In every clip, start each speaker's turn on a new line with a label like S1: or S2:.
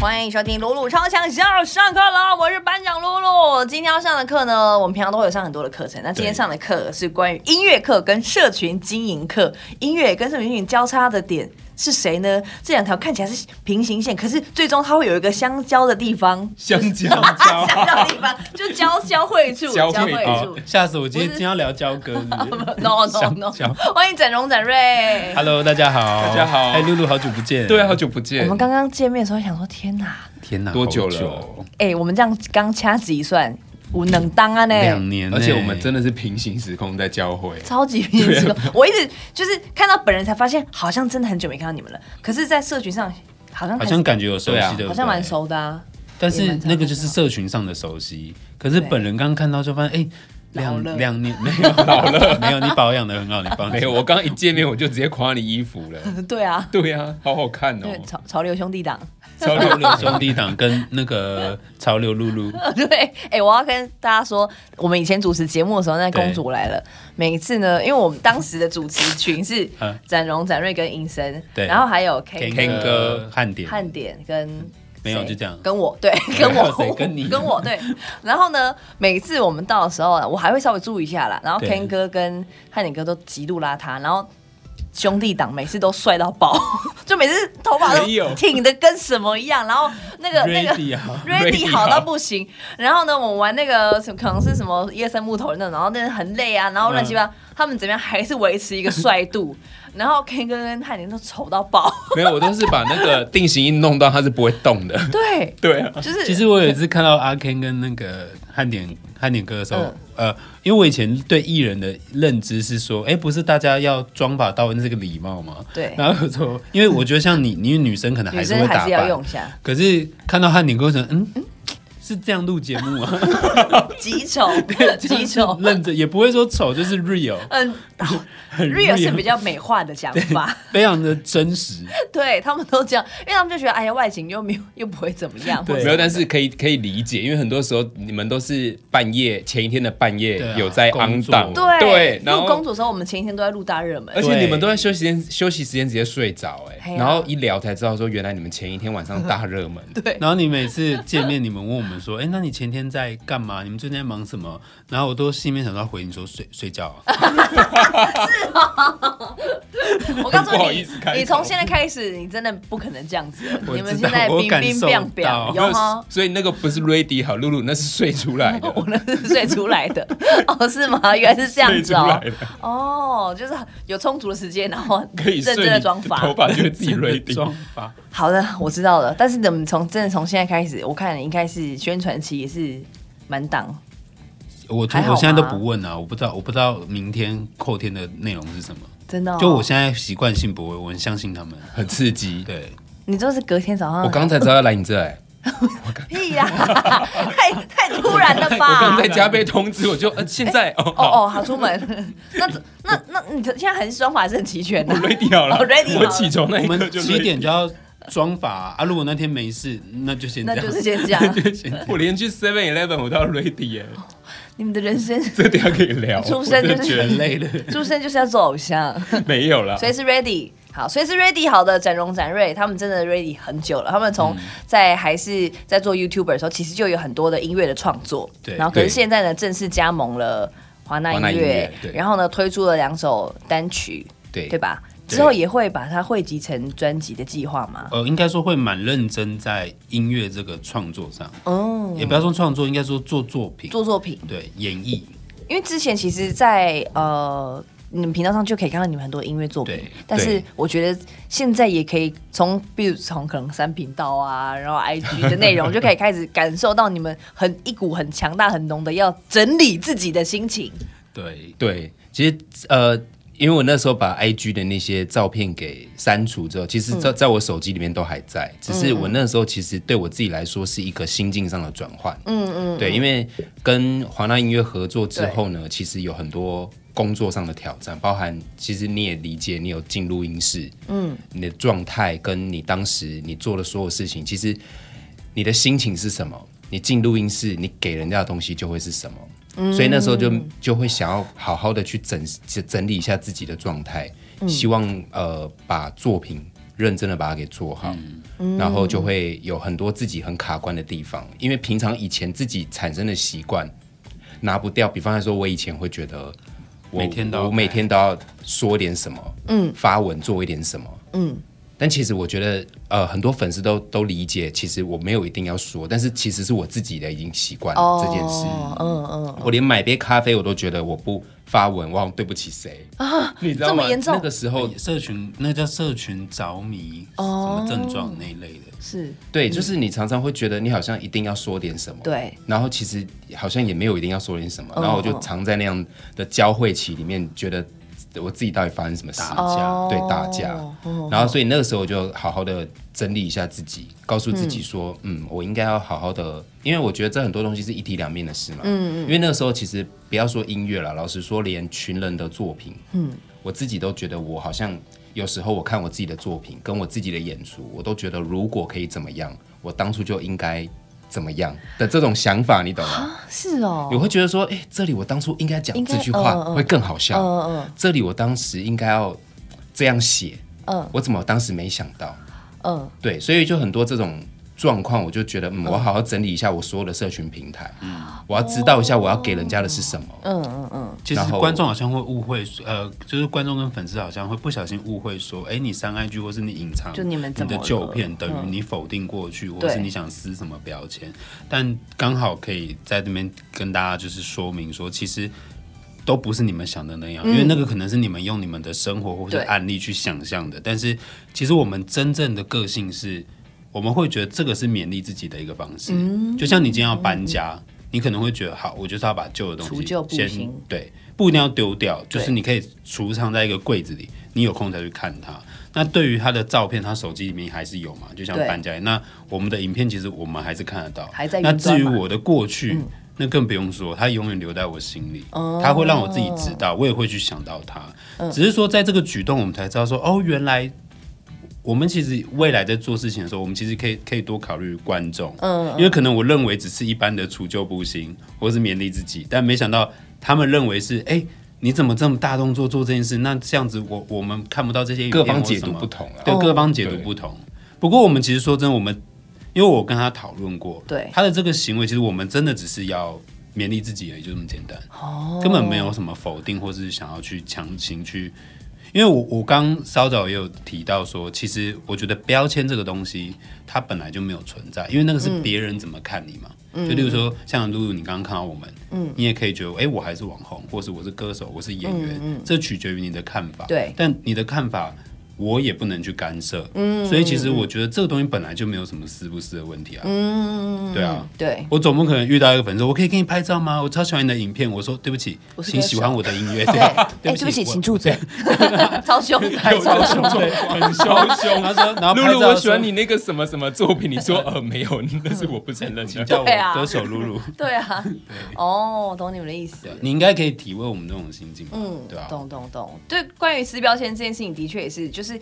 S1: 欢迎收听露露超强笑，上课了，我是班长露露。今天要上的课呢，我们平常都有上很多的课程，那今天
S2: 对
S1: 上的课是关于音乐课跟社群经营课。音乐跟社群经营交叉的点是谁呢？这两条看起来是平行线，可是最终它会有一个相交的地方，
S2: 香蕉
S1: 相交的地方就交交汇处，
S2: 交汇
S1: 汇
S2: 哦
S1: 处。，
S2: 吓死我！今天
S1: 不是
S2: 今天要聊 交哥是不是
S1: No no
S2: 香
S1: no！
S2: 蕉
S1: 欢迎整容展瑞。
S2: Hello，大家好，大
S3: 家好
S2: 哎，露露，好久不见。
S3: 对啊，好久不
S1: 我
S3: 见
S1: 们。刚刚见面的时候想说，天哪，
S2: 天哪，
S3: 多久
S2: 好
S3: 了
S2: 久？
S1: 哎、我们这样刚掐指一算，我能当啊呢。
S2: 两年呢，
S3: 而且我们真
S2: 的
S3: 的是平行时空在交汇，
S1: 超级平时
S2: 啊
S1: 空，我一直就是看到本人才发现，好像真的很久没看到你们了。可是，在社群上好像还
S2: 好
S1: 是
S2: 像感觉有熟悉，
S3: 对啊
S2: 对不对
S1: 好像蛮。熟的啊。
S2: 但
S1: 也
S2: 是
S1: 蛮常
S2: 那个就是社群上的熟悉，可是
S1: 对
S2: 本人刚看到就发现，哎，
S1: 老了
S2: 两 两年没有老了， 没有你保养的很好，你保养得
S3: 没有，我刚一见面我就直接夸你衣服了。
S1: 对啊，
S3: 对啊，好好看哦
S1: 对，潮潮流兄弟党。
S3: 超
S2: 潮
S3: 流
S2: 流兄弟党跟那个潮流 露露，
S1: 对，哎、我要跟大家说，我们以前主持节目的时候，那
S2: 对
S1: 公主来了，每一次呢，因为我们当时的主持群是
S2: 嗯
S1: 展荣、展瑞跟银生，
S2: 对
S1: 然后还有 K
S2: Ken
S3: 哥
S2: 汉典，
S1: 汉典跟。
S2: 没有
S1: 谁
S2: 就这样
S1: 跟我对，
S2: 有
S1: 跟我
S2: 谁跟你
S1: 跟我对。然后呢，每次我们到的时候啊，我还会稍微注意一下啦。然后
S2: 对
S1: Ken 哥跟汉典哥都极度邋遢，然后兄弟党每次都帅到爆， 就每次头发
S3: 没有
S1: 都挺的跟什么一样。然后那个那个
S2: Ready 啊
S1: ready
S3: Ready
S1: 好到
S3: 好
S1: 不行。然后呢，我们玩那个什么可能是什么夜深木头人那种，然后那很累啊，然后乱七
S2: 嗯
S1: 八糟，他们怎么样还是维持一个帅度。 然后 Ken 哥跟汉典都丑到 爆，
S3: 没有，我都是把那个定型印弄到它是不会动 的。
S1: 对，
S3: 对啊，
S1: 就是
S2: 其实我有一次看到阿 Ken 跟那个汉典汉典哥的时候，
S1: 嗯
S2: 呃，因为我以前对艺人的认知是说，哎、不是大家要装把刀，那是个礼貌吗？
S1: 对
S2: 然后有时候，因为我觉得像你，因为女生可能
S1: 女
S2: 还是
S1: 生
S2: 会
S1: 还
S2: 打
S1: 是要用
S2: 扮
S1: 一，下，
S2: 可是看到汉典哥，我想，嗯，是这样录节目 啊？
S1: 极 丑，极丑，
S2: 认真也不会说丑，就是 real，
S1: 嗯
S2: 很
S1: ，real 是比较美化的讲法，
S2: 非常的真实。
S1: 对他们都这样，因为他们就觉得哎呀外形又没有又不会怎么样，
S2: 对
S1: 或者
S3: 没有，但是可以可以理解，因为很多时候你们都是半夜前一天的半夜
S2: 对啊
S3: 有在昂档，
S2: 工
S1: 对
S3: 对，然
S1: 录公
S3: 后
S1: 主的时候，我们前一天都在录大热门
S3: 而，且你们
S2: 对
S3: 都在休息时间休息时间直接睡着
S1: 嘿
S3: 哎，
S1: 啊
S3: 然后一聊才知道说原来你们前一天晚上大热门，
S1: 对，
S2: 然后你每次见面，你们问我们说，哎、那你前天在干嘛？你们最近在忙什么？然后我都心里面想到回你说睡睡觉啊、
S1: 我告诉
S3: 不好
S1: 你
S3: 意思开，口
S1: 你从现在开始，你真的不可能这样 子了，
S2: 我
S1: 你们
S2: 知
S1: 现
S2: 道
S1: 在
S2: 我
S1: 冰
S2: 感
S1: 冰
S2: 受
S1: 冰冰，
S2: 到
S1: 有吗？
S3: 所以那个不是 ready 好，露露那是睡出来的。
S1: 哦我那是睡出来的哦，是吗？原来是这样子哦
S3: 睡出来的，
S1: 哦，就是有充足的时间，然后
S3: 可以
S1: 认
S3: 睡
S1: 真
S3: 你
S1: 的妆法，
S3: 头发就会自己 r
S2: 的
S3: e
S2: 妆法。
S1: 好的，我知道了。但是等从真的从现在开始，我看应该是宣传期也是满档。
S2: 我
S1: 还好
S2: 我现在都
S1: 吗
S2: 不问啊，我不知道，我不知道明天后天的内容是什么。
S1: 真的、哦。
S2: 就我现在习惯性不会，我很相信他们。
S3: 很刺激。
S2: 对，
S1: 你就是隔天早上，
S3: 我刚才知道要来你这哎来，
S1: 屁呀、 太太突然了
S3: 我
S1: 吧
S3: 刚在？家被通知，我就呃现在
S1: 啊
S3: 哦
S1: 哦
S3: 好
S1: 哦，好出门。 那那那你现在还是妆法是很齐全的、
S3: 我 ready 好了
S1: 哦，ready 好了
S3: 我起床那
S2: 我
S3: 一刻
S2: 们
S3: 就
S2: 七
S3: ready
S2: 点，就要妆法啊。啊如果那天没事，那就先这
S1: 那
S2: 样。
S1: 就是先这样。
S3: 我连去 Seven Eleven 我都要 ready 耶，
S1: 你们的人生
S3: 这等一下可以聊。
S1: 出生就
S3: 我真
S1: 是
S3: 的觉
S2: 很累了。
S1: 出生就是要做偶像，
S3: 得没 有了，
S1: 随时 ready。好，随时 ready 好的展荣展瑞，他们真的 ready 很久了。他们从在还是在做 YouTuber 的时候，其实就有很多的音乐的创作。
S2: 对
S1: 然后可是
S3: 对
S1: 现在呢，正式加盟了华纳
S3: 华纳
S1: 音
S3: 音
S1: 乐
S3: 乐，对
S1: 然后呢推出了两首单曲，
S3: 对
S1: 对吧？
S3: 对
S1: 之后也会把它汇集成专辑的计划嘛？
S2: 呃，应该说会蛮认真在音乐这个创作上，
S1: 哦，
S2: 也不要说创作，应该说做作品，
S1: 做作品，
S2: 对演绎。
S1: 因为之前其实在，呃你们频道上就可以看到你们很多音乐作品
S2: 对，
S1: 但是
S3: 对
S1: 我觉得现在也可以从，比如从可能三频道啊，然后 IG 的内容就可以开始感受到你们很一股很强大、很浓的要整理自己的心情。
S2: 对，
S3: 对，其实呃，因为我那时候把 IG 的那些照片给删除之后，其实在在我手机里面都还在，只是我那时候其实对我自己来说是一个心境上的转换。嗯嗯，对，因为跟华纳音乐合作之后呢，其实有很多工作上的挑战，包含其实你也理解，你有进录音室，嗯，你的状态跟你当时你做的所有事情，其实你的心情是什么？你进录音室，你给人家的东西就会是什么？所以那时候就就会想要好好的去整整理一下自己的状态，希望呃把作品认真的把它给做好，
S2: 嗯
S3: 然后就会有很多自己很卡关的地方，因为平常以前自己产生的习惯拿不掉，比方来说，我以前会觉得我
S2: 每天都要
S3: 我
S2: 拍
S3: 每天都要说点什么，嗯，发文做一点什么，
S1: 嗯
S3: 嗯。但其实我觉得，呃，很多粉丝都都理解，其实我没有一定要说，但是其实是我自己的已经习惯了这件事。
S1: 嗯嗯，
S3: 我连买杯咖啡我都觉得我不发文，我好像对不起谁啊？你知道
S1: 这
S3: 吗
S1: 么严？重
S3: 那个时
S1: 哦
S3: 候，
S2: 社群那叫社群着迷，什么症状那一类的，
S1: 是
S3: 对，就是你常常会觉得你好像一定要说点什么，
S1: 对，
S3: 然后其实好像也没有一定要说点什么，然后我就常在那样的交汇期里面，觉得我自己到底发生什么事，
S2: 打架
S3: 对打架，然后所以那个时候我就好好的整理一下自己，告诉自己说，嗯，我应该要好好的，因为我觉得这很多东西是一体两面的事嘛，嗯因为那个时候其实不要说音乐了，老实说，连群人的作品，嗯，我自己都觉得我好像。有时候我看我自己的作品，跟我自己的演出，我都觉得如果可以怎么样，我当初就应该怎么样的这种想法，你懂吗？
S1: 是哦
S3: 我，会觉得说，哎、这里我当初应该讲
S1: 应该
S3: 这句话
S1: 嗯嗯
S3: 会更好笑，
S1: 嗯嗯
S3: 这里我当时应该要这样写，
S1: 嗯
S3: 我怎么当时没想到？
S1: 嗯，
S3: 对，所以就很多这种状况，我就觉得，嗯，我嗯好好整理一下我所有的社群平台，我要知道一下我要给人家的是什么，
S2: 其实
S3: 然后
S2: 观众好像会误会，呃，就是观众跟粉丝好像会不小心误会说，哎，你删 IG 或是你隐藏，
S1: 就你们怎么
S2: 的
S1: 了嗯
S2: 旧片，等于你否定过去，或是
S1: 对
S2: 你想撕什么标签，但刚好可以在这边跟大家就是说明说，其实。都不是你们想的那
S1: 嗯
S2: 样，因为那个可能是你们用你们的生活或是
S1: 对
S2: 案例去想象的，但是其实我们真正的个性是，我们会觉得这个是勉励自己的一个方式。
S1: 嗯
S2: 就像你今天要搬家，你可能会觉得好，我就是要把旧的东
S1: 除
S2: 西
S1: 旧布
S2: 先
S1: 新
S2: 对，不一定要丢掉，就是
S1: 对
S2: 你可以储藏在一个柜子里，你有空才去看它。那对于他的照片，他手机里面还是有嘛？就像
S1: 对
S2: 搬家，那我们的影片其实我们还是看得到。
S1: 还在
S2: 那
S1: 云端
S2: 至于
S1: 嘛嗯
S2: 我的过去，那更不用说，它永远留在我心里，
S1: 哦
S2: 它会让我自己知道，我也会去想到
S1: 嗯
S2: 它。只是说，在这个举动，我们才知道说，哦，原来我们其实未来在做事情的时候，我们其实可以可以多考虑观众，嗯，因为可能我认为只是一般的除旧布新，或是勉励自己，但没想到他们认为是，哎、你怎么这么大动作做这件事？那这样子我，我们看不到这些影片
S3: 各方
S2: 或什
S3: 解读
S2: 么
S3: 不同啊哦了。
S2: 对，各方解读
S3: 对
S2: 不同。不过我们其实说真的，我们因为我跟他讨论过，
S1: 对
S2: 他的这个行为，其实我们真的只是要勉励自己而已，就这么简单。哦，根本没有什么否定，或是想要去强行去。因为我我刚稍早也有提到说，其实我觉得标签这个东西，它本来就没有存在，因为那个是别人怎么看你嘛。
S1: 嗯
S2: 就例如说，像露露，你刚刚看到我们，你也可以觉得，哎、我还是网红，或是我是歌手，我是演员，这取决于你的看法。
S1: 嗯对
S2: 但你的看法我也不能去干涉。嗯，所以其实我觉得这个东西本来就没有什么是不是的问题啊。嗯，对啊。
S1: 对，
S2: 我总不可能遇到一个粉丝，我可以给你拍照吗？我超喜欢你的影片。我说对不起，
S1: 我是
S2: 请
S1: 歌手
S2: 喜欢我的音乐。
S1: 对，哎，对不
S2: 不
S1: 起，
S2: 我
S1: 请住嘴， 超凶，超凶，
S2: 对，很凶凶。他说，然
S3: 露
S2: 后拍照
S3: 露，我
S2: 的
S3: 喜
S2: 时候
S3: 欢你那个什么什么作品，你说呃没有， 但是我不承认。
S2: 叫我
S1: 对啊
S2: 歌手露露。
S1: 对啊，哦，懂你们的意思
S2: 对。你应该可以体会我们这种心境吧，
S1: 嗯，
S2: 对吧、啊
S1: 懂懂懂。对，关于撕标签这件事情，的确也是，就是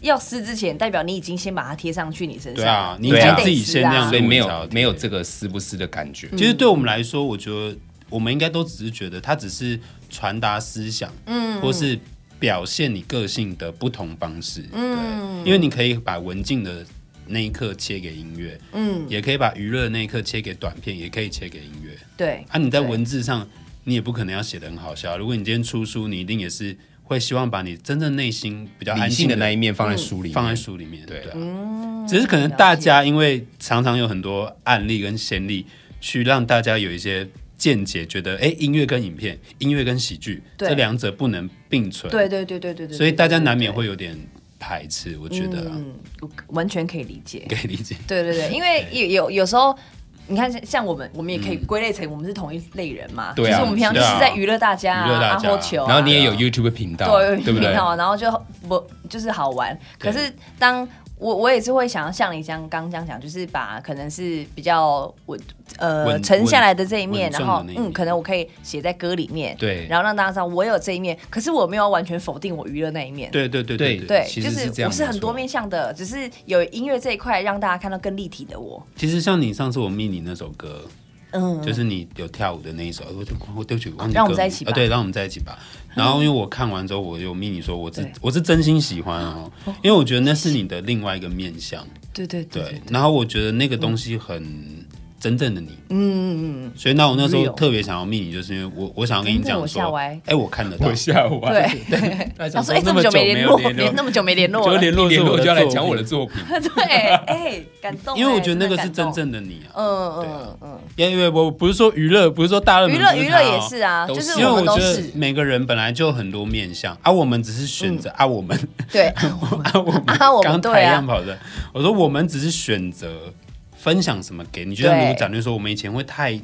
S1: 要撕之前，代表你已经先把它贴上去你身上。
S2: 对啊，你 已
S3: 对
S2: 经
S3: 啊
S2: 自己先这
S1: 对
S3: 所
S2: 样认为才要贴，
S3: 以没有没有这个撕不撕的感觉。
S2: 其实对我们来说，我觉得我们应该都只是觉得它只是传达思想，嗯，或是表现你个性的不同方式，嗯，因为你可以把文静的那一刻切给音乐，嗯，也可以把娱乐的那一刻切给短片，也可以切给音乐。
S1: 对
S2: 啊，你在
S1: 对
S2: 文字上，你也不可能要写的很好笑。如果你今天出书，你一定也是会希望把你真正内心比较安
S3: 理性
S2: 静
S3: 的
S2: 的
S3: 那一面嗯放在书里面，
S2: 放在书里面，
S3: 对
S2: 啊。
S1: 嗯
S2: 只是可能大家因为常常有很多案例跟先例，去让大家有一些见解，觉得哎、诶音乐跟影片，音乐跟喜剧
S1: 对
S2: 这两者不能并存，
S1: 对对对对对对。
S2: 所以大家
S1: 对嗯
S2: 难免会有点排斥， 我觉得、
S1: 对
S2: 啊
S1: 对对我完全可以理解。
S2: 可以理解。
S1: 对对对，因为有有有时候你看像像我们，我们也可以归类成我们是同一类人嘛。
S3: 对
S1: 就
S3: 啊
S1: 是我们平常就是
S2: 嗯对啊
S1: 在娱乐大家啊，
S2: 娱乐大家
S1: 然后球啊、
S3: 然后你也有 YouTube 频道，
S1: 对哦
S3: 对不对？
S1: 然后然后就不就是好玩。可
S2: 对
S1: 是当我我也是会想要像你这样刚这样讲，就是把可能是比较稳呃
S2: 稳
S1: 沉下来的这一面，
S2: 稳
S1: 然
S2: 重的
S1: 后
S2: 那一面
S1: 嗯，可能我可以写在歌里面，
S3: 对
S1: 然后让大家知道我有这一面，可是我没有完全否定我娱乐那一面。
S2: 对对对
S3: 对
S2: 对。
S1: 对，
S3: 其
S1: 就
S3: 实是这样
S1: 我是很
S3: 没错
S1: 多面向的，只是有音乐这一块让大家看到更立体的我。
S2: 其实像你上次我命你那首歌，
S1: 嗯，
S2: 就是你有跳舞的那一首，我就我对不起，忘记
S1: 让我们
S2: 歌
S1: 在一
S2: 名
S1: 起
S2: 啊，
S1: 吧嗯
S2: 对，让我们在一起吧。 然后因为我看完之后，我有命你说，我是
S1: 对
S2: 我是真心喜欢哦，因为我觉得那是你的另外一个面相。
S1: 对对
S2: 对，然后我觉得那个东西很真正的你，嗯嗯嗯，所以那我那时候
S1: Real
S2: 特别想要命你，就是因为我我想要跟你
S1: 真的
S2: 讲
S1: 我
S2: 说
S1: 吓歪，
S2: 哎，我看得到
S3: 我，啊吓完，
S1: 对， 他
S3: 他想
S1: 说哎，这
S3: 那
S1: 么
S3: 久
S1: 久没
S3: 没
S1: 联
S3: 有
S1: 络，
S3: 联
S1: 连那么久没联络
S2: 就
S1: 了，
S2: 联络
S3: 一联
S2: 是我
S3: 络
S2: 的
S3: 就要来
S2: 作
S3: 讲我
S2: 品
S3: 的作品，
S1: 对，哎，感动哎，
S2: 因为我觉得那
S1: 真的
S2: 个是
S1: 感
S2: 真
S1: 动
S2: 正的你啊，
S1: 嗯
S2: 对
S1: 嗯
S2: 啊
S1: 嗯
S2: 因为我不是说娱乐，不是说大热
S1: 嗯，
S2: 门，
S1: 娱乐
S2: 不是
S1: 娱
S2: 他
S1: 乐
S2: 哦
S1: 也是啊，
S3: 都
S1: 就是是
S2: 因为
S1: 我
S2: 我
S1: 们
S2: 觉
S1: 都
S2: 得
S1: 是
S2: 每个人本来就有很多面相啊，我们只是选
S1: 嗯
S2: 择、啊，我们
S1: 对，
S2: 啊，我们
S1: 啊我们
S2: 刚
S1: 对啊
S2: 台一样跑的，我说我们只是选择分享什么给你，就像
S1: 对
S2: 卢展略说，我们以前会太，你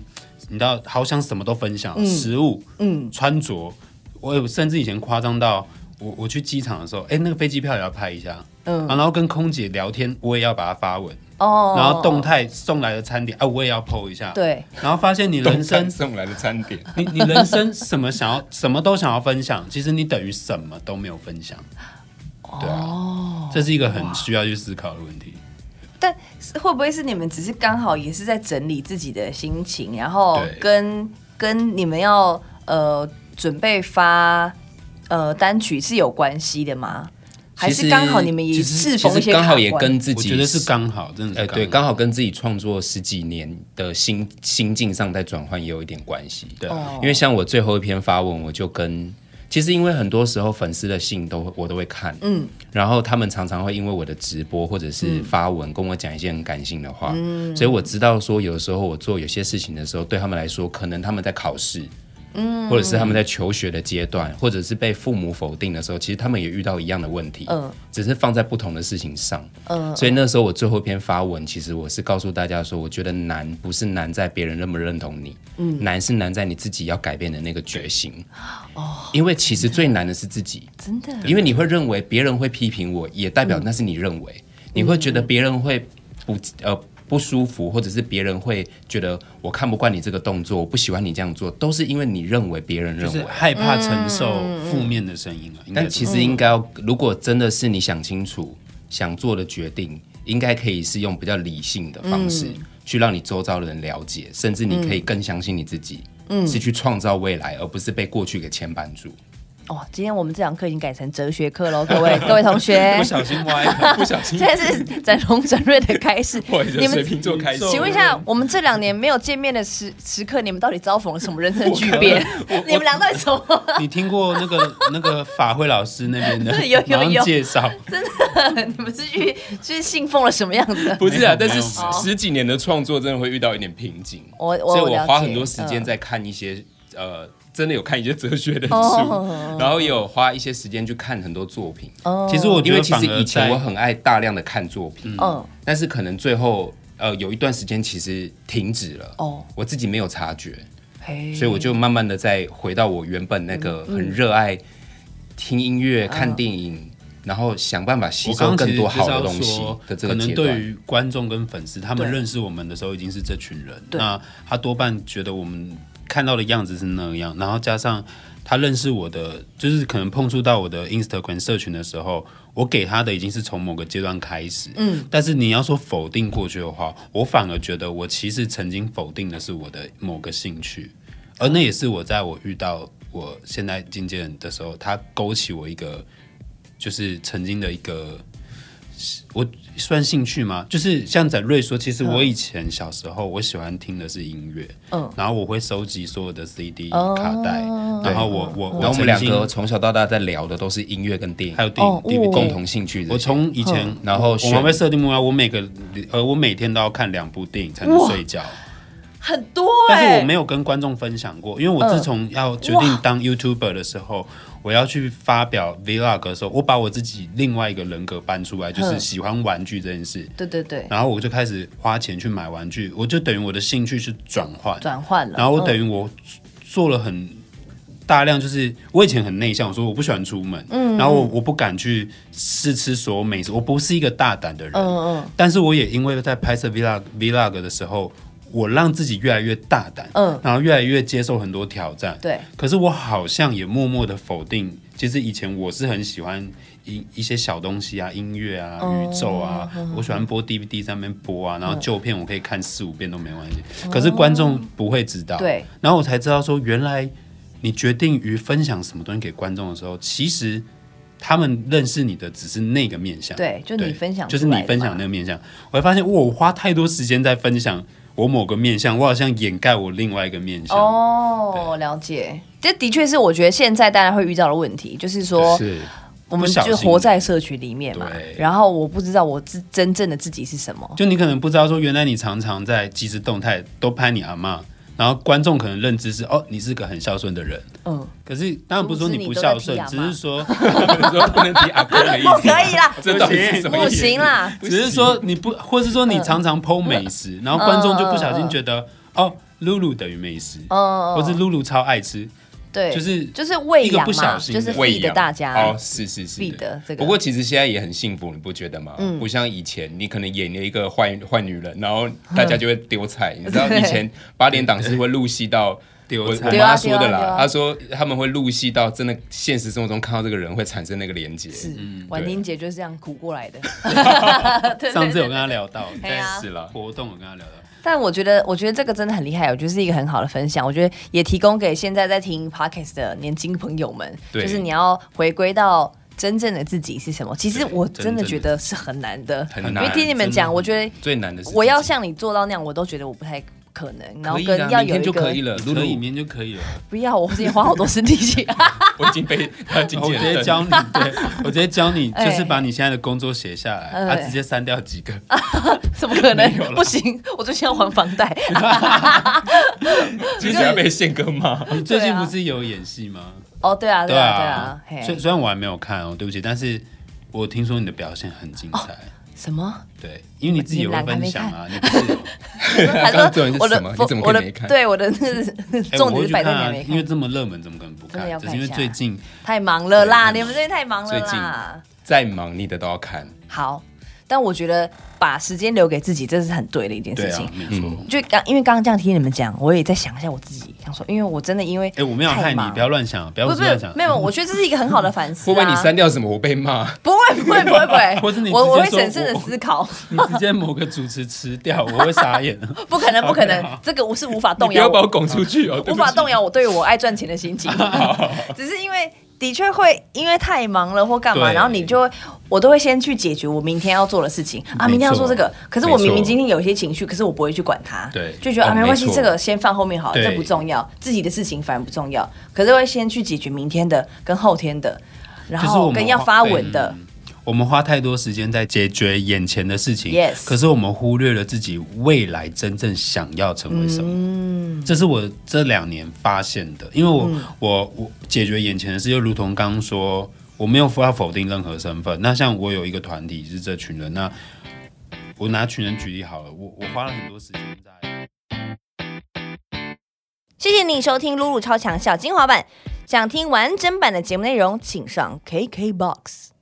S2: 知道，好想什么都分享，食物、
S1: 嗯，
S2: 穿着，我有甚至以前夸张到。我我去机场的时候，哎、那个飞机票也要拍一下，
S1: 嗯
S2: 啊然后跟空姐聊天，我也要把它发文，
S1: 哦，
S2: 然后动态送来的餐点，啊，我也要 PO 一下，，
S1: 对，
S2: 然后发现你人生
S3: 送来的餐点，
S2: 你你人生什么想要什么都想要分享，其实你等于什么都没有分享，对啊，
S1: 哦
S2: 这是一个很需要去思考的问题。
S1: 但是会不会是你们只是刚好也是在整理自己的心情，然后
S2: 对
S1: 跟跟你们要呃准备发呃单曲是有关系的吗？还
S3: 其
S1: 是
S3: 实
S1: 刚好你们也
S3: 其实
S1: 适逢一
S3: 其实
S1: 些
S3: 刚好
S1: 卡
S3: 也
S1: 关
S3: 跟自
S2: 我
S3: 己
S2: 觉得是刚好，真的
S3: 呃
S2: 是
S3: 对，
S2: 刚
S3: 刚
S2: 好
S3: 好跟自己创作十几年的心心境上在转换也有一点关系。
S2: 对啊
S1: 哦
S3: 因为像我最后一篇发文，我就跟其实因为很多时候粉丝的信都会我都会看，嗯，然后他们常常会因为我的直播或者是发文跟我讲一些很感性的话，所以我知道说有时候我做有些事情的时候，对他们来说，可能他们在考试。嗯，或者是他们在求学的阶段，或者是被父母否定的时候，其实他们也遇到一样的问题，
S1: 嗯
S3: 只是放在不同的事情上。所以那时候我最后一篇发文，其实我是告诉大家说，我觉得难不是难在别人认不认同你，
S1: 嗯
S3: 难是难在你自己要改变的那个决心。因为其实最难的是自己，
S1: 哦真的嗯
S3: 因为你会认为别人会批评我，也代表那是你认为，你会觉得别人会不呃不舒服，或者是别人会觉得我看不惯你这个动作，我不喜欢你这样做，都是因为你认为别人认
S2: 就
S3: 为
S2: 是。害怕
S1: 嗯
S2: 承受负面的声音啊。应该
S3: 但其实应该要，如果真的是你想清楚想做的决定，应该可以是用比较理性的方式、
S1: 嗯
S3: 去让你周遭的人了解，甚至你可以更相信你自己，
S1: 嗯
S3: 是去创造未来，而不是被过去给牵 绊住。
S1: 哦，今天我们这堂课已经改成哲学课喽，各位各位同学
S2: 不，小心歪，啊不小
S1: 现在是展荣展瑞的开始。你们
S3: 瓶座开
S2: 始
S1: 请问一下，我们这两年没有见面的时时刻，你们到底遭逢了什么人生的巨变？ 你们俩到底怎么？
S2: 你听过那个那个法会老师那边的
S1: 有 有哦
S2: 马上
S1: 有
S2: 介绍，
S1: 你们是去去信奉了什么样的？
S3: 不是
S2: 没
S3: 啊
S2: 有，
S3: 但是
S2: 没有
S3: 十
S1: 哦
S3: 十几年的创作真的会遇到一点瓶颈，
S1: 我我
S3: 所以
S1: 了
S3: 我
S1: 解
S3: 花很多时间
S1: 嗯
S3: 在看一些、呃，真的有看一些哲学的书，
S1: 哦
S3: 然后也有花一些时间去看很多作品。
S2: 其实我觉
S3: 因为
S2: 得
S3: 其
S2: 反
S3: 实
S2: 而
S3: 以前我
S2: 在
S3: 很爱大量的看作品，
S1: 嗯
S3: 但是可能最后呃有一段时间其实停止了，
S1: 哦，嗯
S3: 我自己没有察觉，
S1: 嘿
S3: 所以我就慢慢的再回到我原本那个
S1: 嗯
S3: 很热爱听音乐、看电影，然后想办法吸
S2: 我刚
S3: 收
S2: 刚
S3: 更
S2: 其实
S3: 多
S2: 就是
S3: 好的
S2: 要
S3: 东西
S2: 说
S3: 的，这
S2: 可
S3: 个
S2: 能
S3: 阶
S2: 对
S3: 段。
S2: 于观众跟粉丝，他们
S1: 对
S2: 认识我们的时候已经是这群人，
S1: 对
S2: 那他多半觉得我们看到的样子是那样，然后加上他认识我的，就是可能碰触到我的 Instagram 社群的时候，我给他的已经是从某个阶段开始，嗯，但是你要说否定过去的话，我反而觉得我其实曾经否定的是我的某个兴趣，而那也是我在我遇到我现在经纪人的时候，他勾起我一个就是曾经的一个，我算兴趣吗？就是像展瑞说，其实我以前小时候我喜欢听的是音乐，
S1: 嗯，
S2: 然后我会收集所有的 CD
S1: 哦
S2: 卡带，然后我我
S3: 嗯然后我们
S2: 曾
S3: 两
S2: 经
S3: 个从小到大在聊的都是音乐跟电影，
S2: 还有电
S1: 哦
S2: 影
S1: 哦
S2: DVD
S3: 共同兴趣
S2: 我
S3: 的。
S2: 从以前
S1: 嗯，
S3: 然后
S2: 我
S3: 选
S2: 们会设定目标，我每个呃，我每天都要看两部电影才能睡觉。
S1: 很多哎、
S2: 但是我没有跟观众分享过，因为我自从要决定当 YouTuber 的时候，我要去发表 Vlog 的时候，我把我自己另外一个人格搬出来，就是喜欢玩具这件事。
S1: 对对对，
S2: 然后我就开始花钱去买玩具，我就等于我的兴趣是转换，
S1: 转嗯换了。
S2: 然后我等
S1: 于、
S2: 于我做了很大量，就是我以前很内向，我说我不喜欢出门，然后我我不敢去试吃所有美食，我不是一个大胆的人，
S1: 嗯
S2: 但是我也因为在拍摄 vlog vlog 的时候，我让自己越来越大胆，
S1: 嗯
S2: 然后越来越接受很多挑战，
S1: 对，
S2: 可是我好像也默默的否定，其实以前我是很喜欢一一些小东西啊，音乐啊，宇宙啊，
S1: 哦
S2: 我喜欢播 DVD 在那边播啊，然
S1: 嗯
S2: 后旧片我可以看四五遍都没关系。可是观众不会知道，
S1: 哦对，
S2: 然后我才知道说，原来你决定于分享什么东西给观众的时候，其实。他们认识你的只是那个面相，
S1: 对就你分享
S2: 就是
S1: 出来
S2: 你
S1: 的
S2: 分享
S1: 嘛
S2: 那个面相。我会发现，哇，我花太多时间在分享我某个面相，我好像掩盖我另外一个面相。
S1: 哦，了解。这的确是我觉得现在大家会遇到的问题，就是说
S3: 是
S1: 我们
S2: 不小心
S1: 就活在社群里面嘛
S2: 对，
S1: 然后我不知道我自真正的自己是什么。
S2: 就你可能不知道说，原来你常常在即时动态都拍你阿妈，然后观众可能认知是哦，你是个很孝顺的人。
S1: 嗯，
S2: 可是当然不是说你不孝顺，
S1: 殊不知
S2: 只
S1: 你都在
S2: 是说
S3: 说不能提阿公的意
S1: 不可
S3: 思吗，
S1: 以啦，
S3: 这到底是什么
S1: 不嗯
S3: 意思？
S1: 行啦，
S2: 只是说你不，或是说你常常剖美
S1: 嗯
S2: 食，然后观众就不小心觉得哦，露露等于美食，
S1: 嗯，
S2: 或是露露超爱吃，
S1: 对，
S2: 就是
S1: 就是喂
S2: 一个
S1: 养
S2: 不
S1: 嘛，
S2: 小心
S1: 就
S2: 的
S1: 是
S3: 喂
S1: feed
S3: 养
S1: 大家，
S3: 哦，是是是
S1: feed 这个嗯
S3: 不过其实现在也很幸福，你不觉得吗？不像以前，你可能演了一个坏坏女人，然后大家就会丢菜。你 知道
S1: 对
S3: 以前八点档是会入戏到。
S2: 丢
S3: 我
S2: 菜
S3: 我
S1: 丢啊
S3: 妈说的
S1: 丢啊丢啊
S3: 啦，她说他们会入戏到真的现实生活中看到这个人会产生那个连接，
S1: 是婉玲姐就是这样苦过来 的。对对
S2: 上次有
S1: 对
S2: 跟他聊到，
S1: 哎
S2: 在
S1: 呀
S3: 是啦。
S2: 活动有跟他聊到，
S1: 但我觉得，我觉得这个真的很厉害，我觉得是一个很好的分享。我觉得也提供给现在在听 podcast 的年轻朋友们，
S3: 对
S1: 就是你要回归到真正的自己是什么。其实
S2: 对
S1: 我真的
S2: 真正的
S1: 觉得是很难的，
S3: 很
S1: 因
S3: 难
S1: 为听你们
S2: 真
S1: 讲，
S2: 的
S1: 我觉得
S3: 最难的是自己
S1: 我要像你做到那样，我都觉得我不太可能。然后
S3: 可以
S1: 跟
S3: 啦
S1: 要
S3: 明
S1: 有
S3: 天
S1: 一
S3: 就可以
S1: 个
S3: 了，啊露
S2: 可以，
S3: 露
S2: 里，面就可以了。
S1: 不要，我自己花好多身体力。
S3: 我已经被他经
S2: 哦我
S3: 纪
S2: 直接
S3: 人
S2: 教你，对我直接教你，
S1: 哎
S2: 就是把你现在的工作写下来，
S1: 哎
S2: 他直接删掉几个。
S1: 怎么可
S2: 没有
S1: 能？
S2: 啦
S1: 不行， 我最近要还房 贷。
S3: 其实要被宪哥骂，
S2: 你最近
S1: 对啊
S2: 不是有演戏吗？
S1: 哦，对啊，对啊，对啊，
S2: 虽
S1: 嘿，
S2: 虽然我还没有看哦，对不起，但是我听说你的表现很精彩，
S1: 什么？
S2: 对，因为你自己也会分享啊，你不是有？啊
S1: 他
S3: 刚刚这
S1: 说
S3: 种是
S1: 我的
S3: 什么你
S1: 我
S3: 怎么可以
S1: 我的
S3: 没看
S1: 对我的那个
S2: 哎
S1: 重
S2: 我
S1: 点
S2: 会
S1: 是
S2: 去
S1: 摆在
S2: 看
S1: 你还
S2: 啊，
S1: 没
S2: 因为这么热门，怎么可能不
S1: 真的要
S2: 看？只
S1: 看
S2: 是因为
S1: 一下
S2: 最近
S1: 太忙了啦，
S2: 对
S1: 你们最近太忙了
S3: 最近
S1: 啦。
S3: 再忙你的都要看，
S1: 好，但我觉得把时间留给自己，这是很对的一件
S2: 对
S1: 事
S2: 啊
S1: 情。，
S2: 没错。
S1: 就刚因为刚刚这样听你们讲，我也在想一下我自己，想说，因为我真的因为
S2: 哎，我没有害
S1: 太
S2: 你
S1: 忙，
S2: 不要乱想，不要
S1: 不
S2: 胡
S1: 是
S2: 思
S1: 不
S2: 乱
S1: 是
S2: 想啊
S1: 没。有，我觉得这是一个很好的反思、
S3: 会
S1: 啊。
S3: 不会你删掉什么我被骂？
S1: 不会不会不会不会，
S2: 或是你
S1: 我我会
S2: 直接说
S1: 审慎的
S2: 我
S1: 思考，
S2: 你直接某个主持吃掉，我会傻眼。啊
S1: 不可能不可能，这个我是无法动
S3: 你不
S1: 摇
S3: 要
S1: 我嗯
S3: 把我拱出去哦，对
S1: 无
S3: 不
S1: 法
S3: 起。
S1: 动摇我对我爱赚钱的心 情， 只是因为的确会因为太忙了或干嘛，
S2: 对
S1: 然后你就会我都会先去解决我明天要做的事情啊，
S2: 没错
S1: 明天要做这个，可是我
S2: 没错
S1: 明明今天有一些情绪，可是我不会去管它，
S2: 对
S1: 就觉得
S3: 哦
S1: 啊没关系，
S3: 没错
S1: 这个先放后面好了，
S2: 对
S1: 这不重要，自己的事情反而不重要，可是会先去解决明天的跟后天的，然
S2: 就是我
S1: 后
S2: 们
S1: 跟要发文的，
S2: 我们花太多时间在解决眼前的事情
S1: Yes
S2: 可是我们忽略了自己未来真正想要成嗯为什么。
S1: 嗯
S2: 这是我这两年发现的，因为我、我我解决眼前的事，就如同刚刚说，我没有要否定任何身份。那像我有一个团体是这群人，那我拿群人举例好了，我我花了很多时间在。
S1: 谢谢你收听《露露超强小精华版》，想听完整版的节目内容，请上 KKBOX。